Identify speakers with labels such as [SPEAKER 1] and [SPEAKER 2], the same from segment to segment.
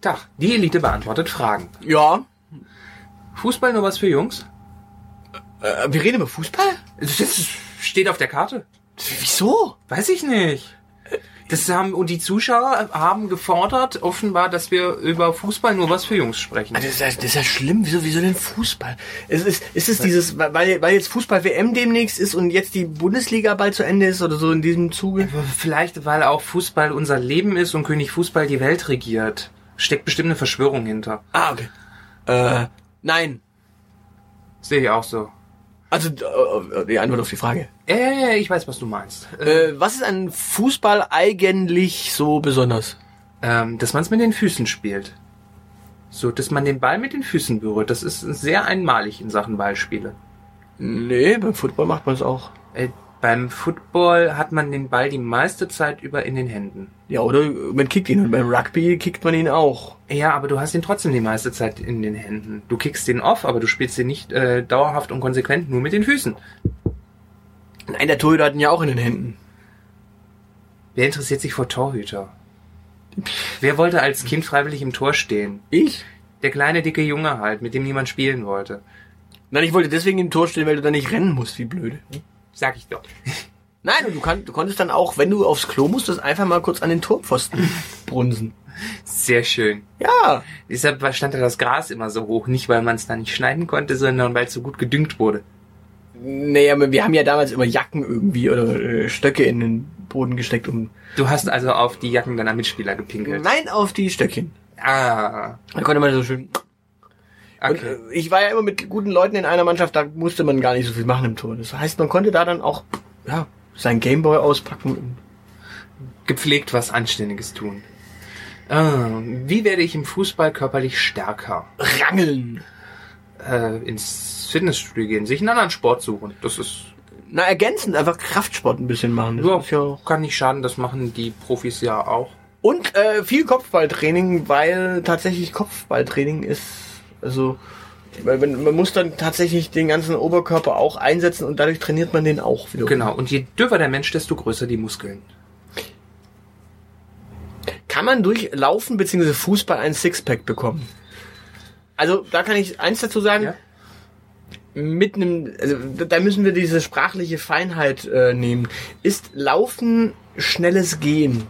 [SPEAKER 1] Tag, die Elite beantwortet Fragen.
[SPEAKER 2] Ja.
[SPEAKER 1] Fußball nur was für Jungs?
[SPEAKER 2] Äh, wir reden über Fußball?
[SPEAKER 1] Das steht auf der Karte.
[SPEAKER 2] Wieso?
[SPEAKER 1] Weiß ich nicht. Das haben, und die Zuschauer haben gefordert, offenbar, dass wir über Fußball nur was für Jungs sprechen.
[SPEAKER 2] Ah, Das ist, ja, das ist ja schlimm. Wieso, wieso denn Fußball? Es ist, es ist dieses, weil, weil jetzt Fußball-WM demnächst ist und jetzt die Bundesliga bald zu Ende ist oder so in diesem Zuge?
[SPEAKER 1] Vielleicht, weil auch Fußball unser Leben ist und König Fußball die Welt regiert. Steckt bestimmt eine Verschwörung hinter.
[SPEAKER 2] Ah, okay. Äh, nein.
[SPEAKER 1] Sehe ich auch so.
[SPEAKER 2] Also, äh, die Antwort auf die Frage.
[SPEAKER 1] Äh, ich weiß, was du meinst.
[SPEAKER 2] Äh, was ist an Fußball eigentlich so besonders?
[SPEAKER 1] Ähm, dass man es mit den Füßen spielt. So, dass man den Ball mit den Füßen berührt. Das ist sehr einmalig in Sachen Ballspiele.
[SPEAKER 2] Nee, beim Football macht man es auch.
[SPEAKER 1] Äh, beim Football hat man den Ball die meiste Zeit über in den Händen.
[SPEAKER 2] Ja, oder man kickt ihn und beim Rugby kickt man ihn auch.
[SPEAKER 1] Ja, aber du hast ihn trotzdem die meiste Zeit in den Händen. Du kickst den off, aber du spielst den nicht äh, dauerhaft und konsequent nur mit den Füßen.
[SPEAKER 2] Nein, der Torhüter hat ihn ja auch in den Händen.
[SPEAKER 1] Wer interessiert sich vor Torhüter? Wer wollte als Kind freiwillig im Tor stehen?
[SPEAKER 2] Ich?
[SPEAKER 1] Der kleine, dicke Junge halt, mit dem niemand spielen wollte.
[SPEAKER 2] Nein, ich wollte deswegen im Tor stehen, weil du da nicht rennen musst, wie blöde.
[SPEAKER 1] Sag ich doch.
[SPEAKER 2] Nein, und du, kann, du konntest dann auch, wenn du aufs Klo musstest, einfach mal kurz an den Turmpfosten brunsen.
[SPEAKER 1] Sehr schön.
[SPEAKER 2] Ja,
[SPEAKER 1] Deshalb stand da das Gras immer so hoch. Nicht, weil man es da nicht schneiden konnte, sondern weil es so gut gedüngt wurde.
[SPEAKER 2] naja, aber wir haben ja damals immer Jacken irgendwie oder äh, Stöcke in den Boden gesteckt, um...
[SPEAKER 1] Du hast also auf die Jacken deiner Mitspieler gepinkelt.
[SPEAKER 2] Nein, auf die Stöckchen.
[SPEAKER 1] Ah,
[SPEAKER 2] Da konnte man so schön... Und,
[SPEAKER 1] okay.
[SPEAKER 2] äh, ich war ja immer mit guten Leuten in einer Mannschaft, da musste man gar nicht so viel machen im Tor. Das heißt, man konnte da dann auch ja, sein Gameboy auspacken. und-
[SPEAKER 1] Gepflegt was Anständiges tun. Ah, wie werde ich im Fußball körperlich stärker?
[SPEAKER 2] Rangeln.
[SPEAKER 1] Äh, ins Fitnessstudio gehen, sich einen anderen Sport suchen. Das ist
[SPEAKER 2] Na, ergänzend, einfach Kraftsport ein bisschen machen. Das
[SPEAKER 1] Ja,
[SPEAKER 2] ist ja
[SPEAKER 1] kann nicht schaden, das machen die Profis ja auch.
[SPEAKER 2] Und äh, viel Kopfballtraining, weil tatsächlich Kopfballtraining ist, also weil man, man muss dann tatsächlich den ganzen Oberkörper auch einsetzen und dadurch trainiert man den auch wieder.
[SPEAKER 1] Genau, und je dürfer der Mensch, desto größer die Muskeln.
[SPEAKER 2] Kann man durch Laufen bzw. Fußball ein Sixpack bekommen? Also da kann ich eins dazu sagen.
[SPEAKER 1] Ja.
[SPEAKER 2] Mit einem, also da müssen wir diese sprachliche Feinheit äh, nehmen. Ist Laufen schnelles Gehen?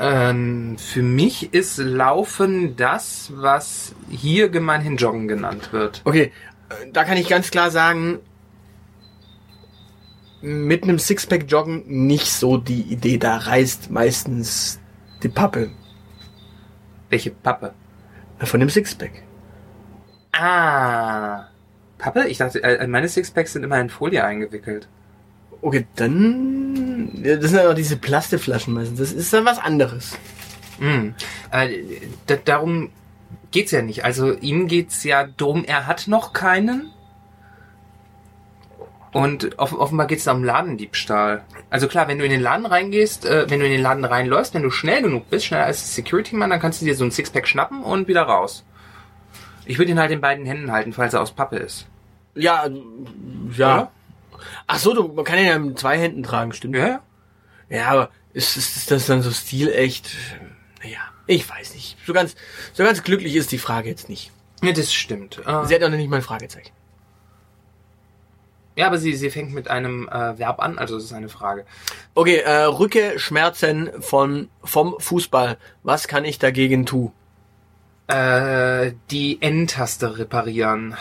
[SPEAKER 1] Ähm, für mich ist Laufen das, was hier gemeinhin Joggen genannt wird.
[SPEAKER 2] Okay, äh, da kann ich ganz klar sagen, mit einem Sixpack joggen nicht so die Idee. Da reißt meistens die Pappe
[SPEAKER 1] Welche Pappe?
[SPEAKER 2] von dem Sixpack.
[SPEAKER 1] Ah, Pappe? Ich dachte, äh, meine Sixpacks sind immer in Folie eingewickelt.
[SPEAKER 2] Okay, dann. ja, Das sind ja auch diese Plastikflaschen meistens. Das ist dann was anderes.
[SPEAKER 1] Mhm. Äh, da, darum geht's ja nicht. Also ihm geht's ja drum, er hat noch keinen. Und off offenbar geht's da um Ladendiebstahl. Also klar, wenn du in den Laden reingehst, äh, wenn du in den Laden reinläufst, wenn du schnell genug bist, schneller als der Security-Mann, dann kannst du dir so ein Sixpack schnappen und wieder raus. Ich würde ihn halt in beiden Händen halten, falls er aus Pappe ist.
[SPEAKER 2] Ja, also, ja. Ach so, du, man kann ihn ja mit zwei Händen tragen, stimmt?
[SPEAKER 1] Ja, ja.
[SPEAKER 2] Ja, aber ist, ist, ist das dann so stilecht? Naja, ich weiß nicht. So ganz, so ganz glücklich ist die Frage jetzt nicht.
[SPEAKER 1] Ja, das stimmt. Äh,
[SPEAKER 2] Sie hat auch noch nicht mal ein Fragezeichen.
[SPEAKER 1] ja, aber sie, sie fängt mit einem äh, Verb an, also das ist eine Frage.
[SPEAKER 2] Okay, äh, Rücke, Schmerzen von, vom Fußball. Was kann ich dagegen tun?
[SPEAKER 1] Äh, die N-Taste reparieren.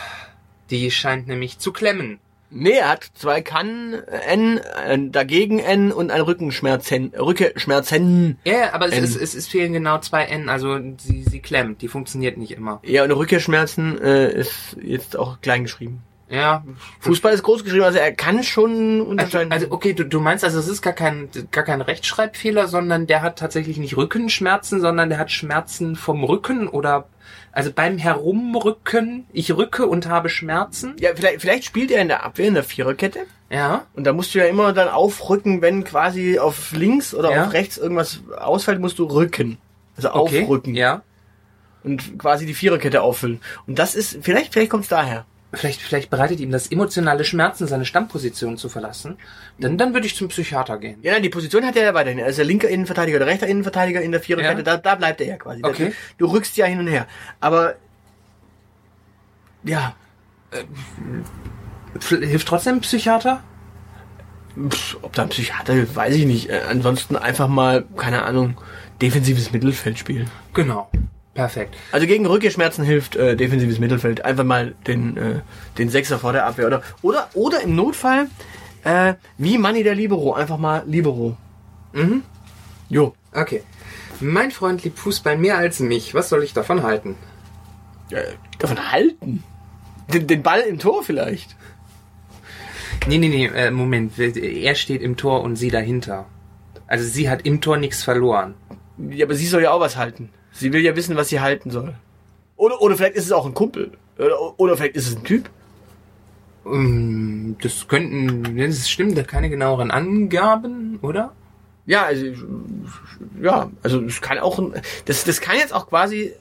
[SPEAKER 1] Die scheint nämlich zu klemmen.
[SPEAKER 2] Nee, er hat zwei kann N, äh, dagegen N und ein Rückenschmerzen, Rückenschmerzen.
[SPEAKER 1] Ja, ja, aber es,
[SPEAKER 2] N.
[SPEAKER 1] es, es, es fehlen genau zwei N, also sie, sie klemmt, die funktioniert nicht immer.
[SPEAKER 2] Ja, und Rückenschmerzen äh, ist jetzt auch klein geschrieben.
[SPEAKER 1] Ja,
[SPEAKER 2] Fußball ist groß geschrieben, also er kann schon
[SPEAKER 1] also,
[SPEAKER 2] unterscheiden.
[SPEAKER 1] also okay, du, du meinst also, es ist gar kein, gar kein Rechtschreibfehler, sondern der hat tatsächlich nicht Rückenschmerzen, sondern der hat Schmerzen vom Rücken oder, also beim Herumrücken, ich rücke und habe Schmerzen.
[SPEAKER 2] ja, vielleicht, vielleicht spielt er in der Abwehr in der Viererkette.
[SPEAKER 1] Ja,
[SPEAKER 2] Und da musst du ja immer dann aufrücken, wenn quasi auf links oder
[SPEAKER 1] Ja.
[SPEAKER 2] auf rechts irgendwas ausfällt, musst du rücken. Also
[SPEAKER 1] okay.
[SPEAKER 2] aufrücken.
[SPEAKER 1] Ja,
[SPEAKER 2] und quasi die Viererkette auffüllen. Und das ist, vielleicht, vielleicht kommt's daher.
[SPEAKER 1] vielleicht, vielleicht bereitet ihm das emotionale Schmerzen, seine Stammposition zu verlassen, dann, dann würde ich zum Psychiater gehen.
[SPEAKER 2] Ja, nein, die Position hat er ja weiterhin. Er ist der linke Innenverteidiger oder rechter Innenverteidiger in der Viererkette.
[SPEAKER 1] Ja.
[SPEAKER 2] Da, da bleibt er ja quasi. Da-
[SPEAKER 1] Okay.
[SPEAKER 2] Du rückst ja hin und her. Aber ja,
[SPEAKER 1] F- Hilft trotzdem ein Psychiater?
[SPEAKER 2] pff, ob da ein Psychiater hilft, weiß ich nicht. Äh, ansonsten einfach mal, keine Ahnung, defensives Mittelfeld spielen.
[SPEAKER 1] Genau. Perfekt.
[SPEAKER 2] Also gegen Rückenschmerzen hilft äh, defensives Mittelfeld. Einfach mal den, äh, den Sechser vor der Abwehr. Oder, oder, oder im Notfall, äh, wie Manni der Libero, einfach mal Libero.
[SPEAKER 1] Mhm.
[SPEAKER 2] Jo.
[SPEAKER 1] Okay. Mein Freund liebt Fußball mehr als mich. Was soll ich davon halten?
[SPEAKER 2] Äh, davon halten. Den, den Ball im Tor vielleicht.
[SPEAKER 1] Nee, nee, nee, äh, Moment. Er steht im Tor und sie dahinter. Also sie hat im Tor nichts verloren.
[SPEAKER 2] Ja, aber sie soll ja auch was halten. Sie will ja wissen, was sie halten soll. Oder, oder vielleicht ist es auch ein Kumpel. Oder, oder vielleicht ist es ein Typ.
[SPEAKER 1] Ähm, Das könnten, das stimmt, da keine genaueren Angaben, oder?
[SPEAKER 2] Ja, also ja, also es kann auch ein, das das kann jetzt auch quasi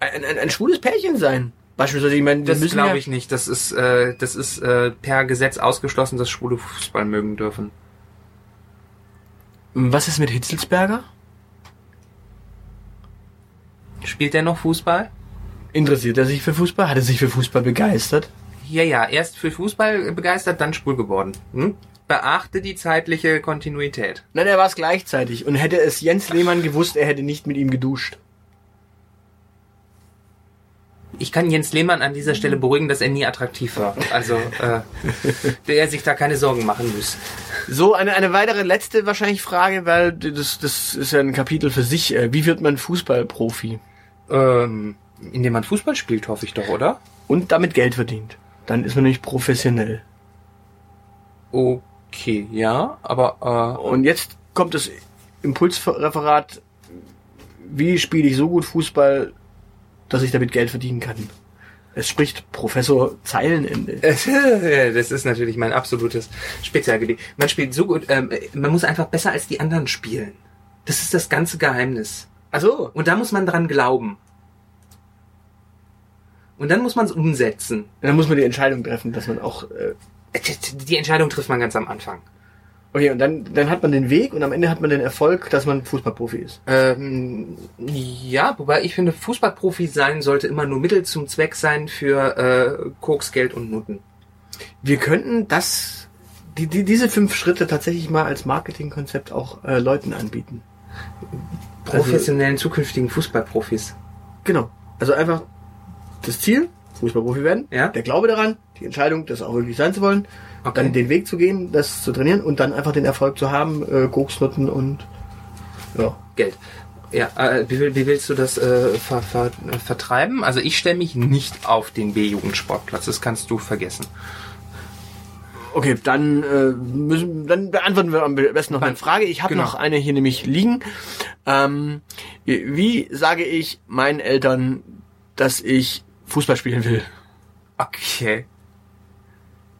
[SPEAKER 2] ein, ein, ein schwules Pärchen sein. Beispielsweise, ich meine, wir
[SPEAKER 1] Das
[SPEAKER 2] müssen
[SPEAKER 1] glaube
[SPEAKER 2] ja,
[SPEAKER 1] ich nicht. Das ist, äh, das ist äh, per Gesetz ausgeschlossen, dass Schwule Fußball mögen dürfen.
[SPEAKER 2] Was ist mit Hitzelsberger?
[SPEAKER 1] Spielt er noch Fußball?
[SPEAKER 2] Interessiert er sich für Fußball? Hat er sich für Fußball begeistert?
[SPEAKER 1] Ja, ja, erst für Fußball begeistert, dann schwul geworden. Hm? Beachte die zeitliche Kontinuität.
[SPEAKER 2] Nein, er war es gleichzeitig und hätte es Jens Lehmann gewusst, er hätte nicht mit ihm geduscht.
[SPEAKER 1] Ich kann Jens Lehmann an dieser Stelle beruhigen, dass er nie attraktiv war. Also, äh, der sich da keine Sorgen machen muss.
[SPEAKER 2] So, eine, eine weitere letzte wahrscheinlich Frage, weil das, das ist ja ein Kapitel für sich. Äh, Wie wird man Fußballprofi?
[SPEAKER 1] Ähm, indem man Fußball spielt, hoffe ich doch, oder?
[SPEAKER 2] Und damit Geld verdient. Dann ist man nämlich professionell.
[SPEAKER 1] Okay, ja, aber äh,
[SPEAKER 2] Und jetzt kommt das Impulsreferat. Wie spiele ich so gut Fußball, dass ich damit Geld verdienen kann? Es spricht Professor Zeilenende.
[SPEAKER 1] äh, das ist natürlich mein absolutes Spezialgebiet. Man spielt so gut, ähm, man muss einfach besser als die anderen spielen. Das ist das ganze Geheimnis.
[SPEAKER 2] Also,
[SPEAKER 1] Und da muss man dran glauben. Und dann muss man es umsetzen.
[SPEAKER 2] dann muss man die Entscheidung treffen, dass man auch. Äh,
[SPEAKER 1] Die Entscheidung trifft man ganz am Anfang.
[SPEAKER 2] okay, und dann, dann hat man den Weg und am Ende hat man den Erfolg, dass man Fußballprofi ist.
[SPEAKER 1] Ähm, ja, wobei ich finde, Fußballprofi sein sollte immer nur Mittel zum Zweck sein für äh, Koks, Geld und Nutten.
[SPEAKER 2] Wir könnten das, die, die, diese fünf Schritte tatsächlich mal als Marketingkonzept auch äh, Leuten anbieten.
[SPEAKER 1] Also Professionellen zukünftigen Fußballprofis.
[SPEAKER 2] Genau. Also einfach das Ziel, Fußballprofi werden,
[SPEAKER 1] Ja.
[SPEAKER 2] der Glaube daran, die Entscheidung, das auch wirklich sein zu wollen, dann den Weg zu gehen, das zu trainieren und dann einfach den Erfolg zu haben, äh, Koksnutten und ja.
[SPEAKER 1] Geld. Ja, äh, wie, will, wie willst du das äh, ver, ver, äh, vertreiben? Also ich stelle mich nicht auf den B-Jugendsportplatz, das kannst du vergessen.
[SPEAKER 2] Okay, dann äh, müssen, dann beantworten wir am besten noch eine Frage. Ich habe
[SPEAKER 1] Genau.
[SPEAKER 2] noch eine hier nämlich liegen. Ähm, wie sage ich meinen Eltern, dass ich Fußball spielen will?
[SPEAKER 1] Okay.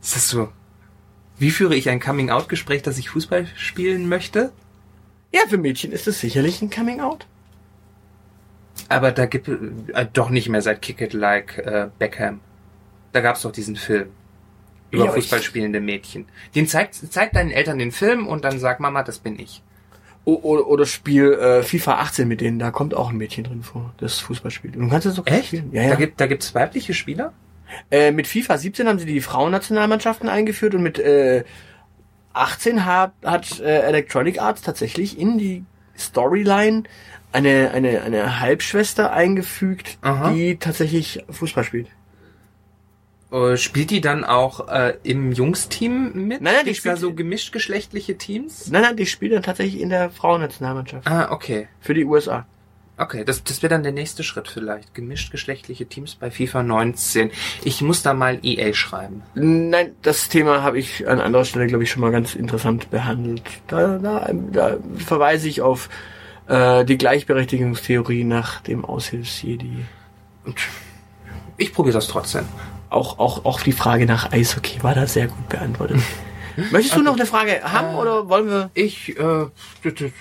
[SPEAKER 1] Ist das so? Wie führe ich ein Coming-out-Gespräch, dass ich Fußball spielen möchte?
[SPEAKER 2] Ja, für Mädchen ist es sicherlich ein Coming Out.
[SPEAKER 1] Aber da gibt äh, doch nicht mehr seit Kick It Like äh, Beckham. Da gab's doch diesen Film über
[SPEAKER 2] Ja, aber ich-
[SPEAKER 1] Fußball spielende Mädchen. Den zeigt zeig deinen Eltern den Film und dann sag Mama, das bin ich.
[SPEAKER 2] O oder, oder Spiel äh, FIFA 18 mit denen, da kommt auch ein Mädchen drin vor, das Fußball spielt. Und du kannst es doch spielen. Ja,
[SPEAKER 1] Da,
[SPEAKER 2] ja.
[SPEAKER 1] gibt, da gibt's weibliche Spieler?
[SPEAKER 2] Äh, mit FIFA 17 haben sie die Frauennationalmannschaften eingeführt und mit äh, 18 hat, hat äh, Electronic Arts tatsächlich in die Storyline eine, eine, eine Halbschwester eingefügt,
[SPEAKER 1] Aha.
[SPEAKER 2] die tatsächlich Fußball spielt.
[SPEAKER 1] Äh, spielt die dann auch äh, im Jungsteam mit?
[SPEAKER 2] Nein, nein, die
[SPEAKER 1] Gibt's da
[SPEAKER 2] spielt-
[SPEAKER 1] so gemischt geschlechtliche Teams?
[SPEAKER 2] Nein, nein, die spielt dann tatsächlich in der Frauennationalmannschaft
[SPEAKER 1] Ah, okay.
[SPEAKER 2] für die USA.
[SPEAKER 1] Okay, das, das wäre dann der nächste Schritt vielleicht. Gemischt geschlechtliche Teams bei FIFA 19. Ich muss da mal EA schreiben.
[SPEAKER 2] Nein, das Thema habe ich an anderer Stelle, glaube ich, schon mal ganz interessant behandelt. Da, da, da verweise ich auf äh, die Gleichberechtigungstheorie nach dem Aushilfsjedi.
[SPEAKER 1] Ich probiere das trotzdem.
[SPEAKER 2] Auch, auch, auch die Frage nach Eishockey war da sehr gut beantwortet. Möchtest du noch eine Frage haben
[SPEAKER 1] Äh,
[SPEAKER 2] oder wollen wir?
[SPEAKER 1] Ich, äh, t- t- t-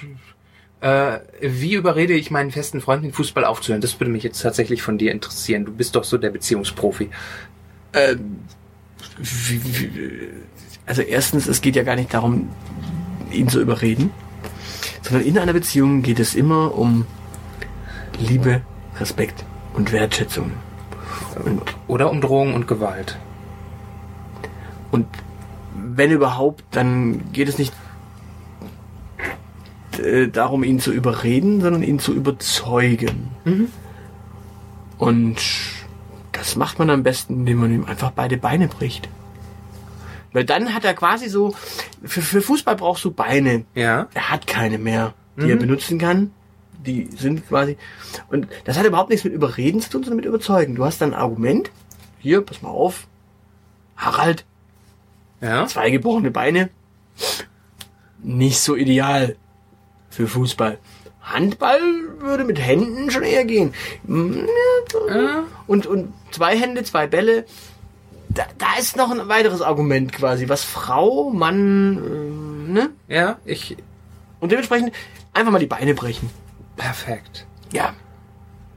[SPEAKER 1] äh, wie überrede ich meinen festen Freund, den Fußball aufzuhören? Das würde mich jetzt tatsächlich von dir interessieren. Du bist doch so der Beziehungsprofi.
[SPEAKER 2] ähm, wie, wie, also erstens, es geht ja gar nicht darum, ihn zu überreden, sondern in einer Beziehung geht es immer um Liebe, Respekt und Wertschätzung. Und,
[SPEAKER 1] Oder um Drohung und Gewalt.
[SPEAKER 2] und wenn überhaupt, dann geht es nicht äh, darum, ihn zu überreden, sondern ihn zu überzeugen. Und das macht man am besten, indem man ihm einfach beide Beine bricht. Weil dann hat er quasi so, für, für Fußball brauchst du Beine.
[SPEAKER 1] Ja.
[SPEAKER 2] Er hat keine mehr, die er benutzen kann. Die sind quasi. Und das hat überhaupt nichts mit Überreden zu tun, sondern mit Überzeugen. Du hast dann ein Argument. Hier, pass mal auf. Harald,
[SPEAKER 1] Ja.
[SPEAKER 2] zwei gebrochene Beine. Nicht so ideal für Fußball. Handball würde mit Händen schon eher gehen. Mm, Und, und zwei Hände, zwei Bälle. Da, da ist noch ein weiteres Argument quasi, was Frau, Mann, ähm, ne?
[SPEAKER 1] Ja, ich.
[SPEAKER 2] Und dementsprechend einfach mal die Beine brechen.
[SPEAKER 1] Perfekt.
[SPEAKER 2] Ja.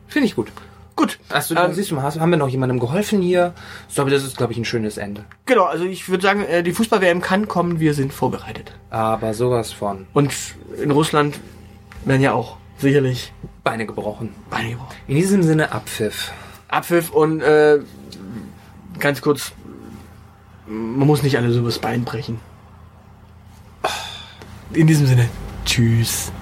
[SPEAKER 1] Finde ich gut.
[SPEAKER 2] Gut.
[SPEAKER 1] Achso,
[SPEAKER 2] Ähm,
[SPEAKER 1] du siehst du, hast- haben wir noch jemandem geholfen hier? So, aber das ist, glaube ich, ein schönes Ende.
[SPEAKER 2] Genau, also ich würde sagen, äh, die Fußball-WM kann kommen, wir sind vorbereitet.
[SPEAKER 1] Aber sowas von.
[SPEAKER 2] Und in Russland werden ja auch sicherlich
[SPEAKER 1] Beine gebrochen.
[SPEAKER 2] Beine gebrochen.
[SPEAKER 1] In diesem Sinne Abpfiff.
[SPEAKER 2] Abpfiff und äh, ganz kurz, man muss nicht alle so übers Bein brechen. In diesem Sinne, tschüss.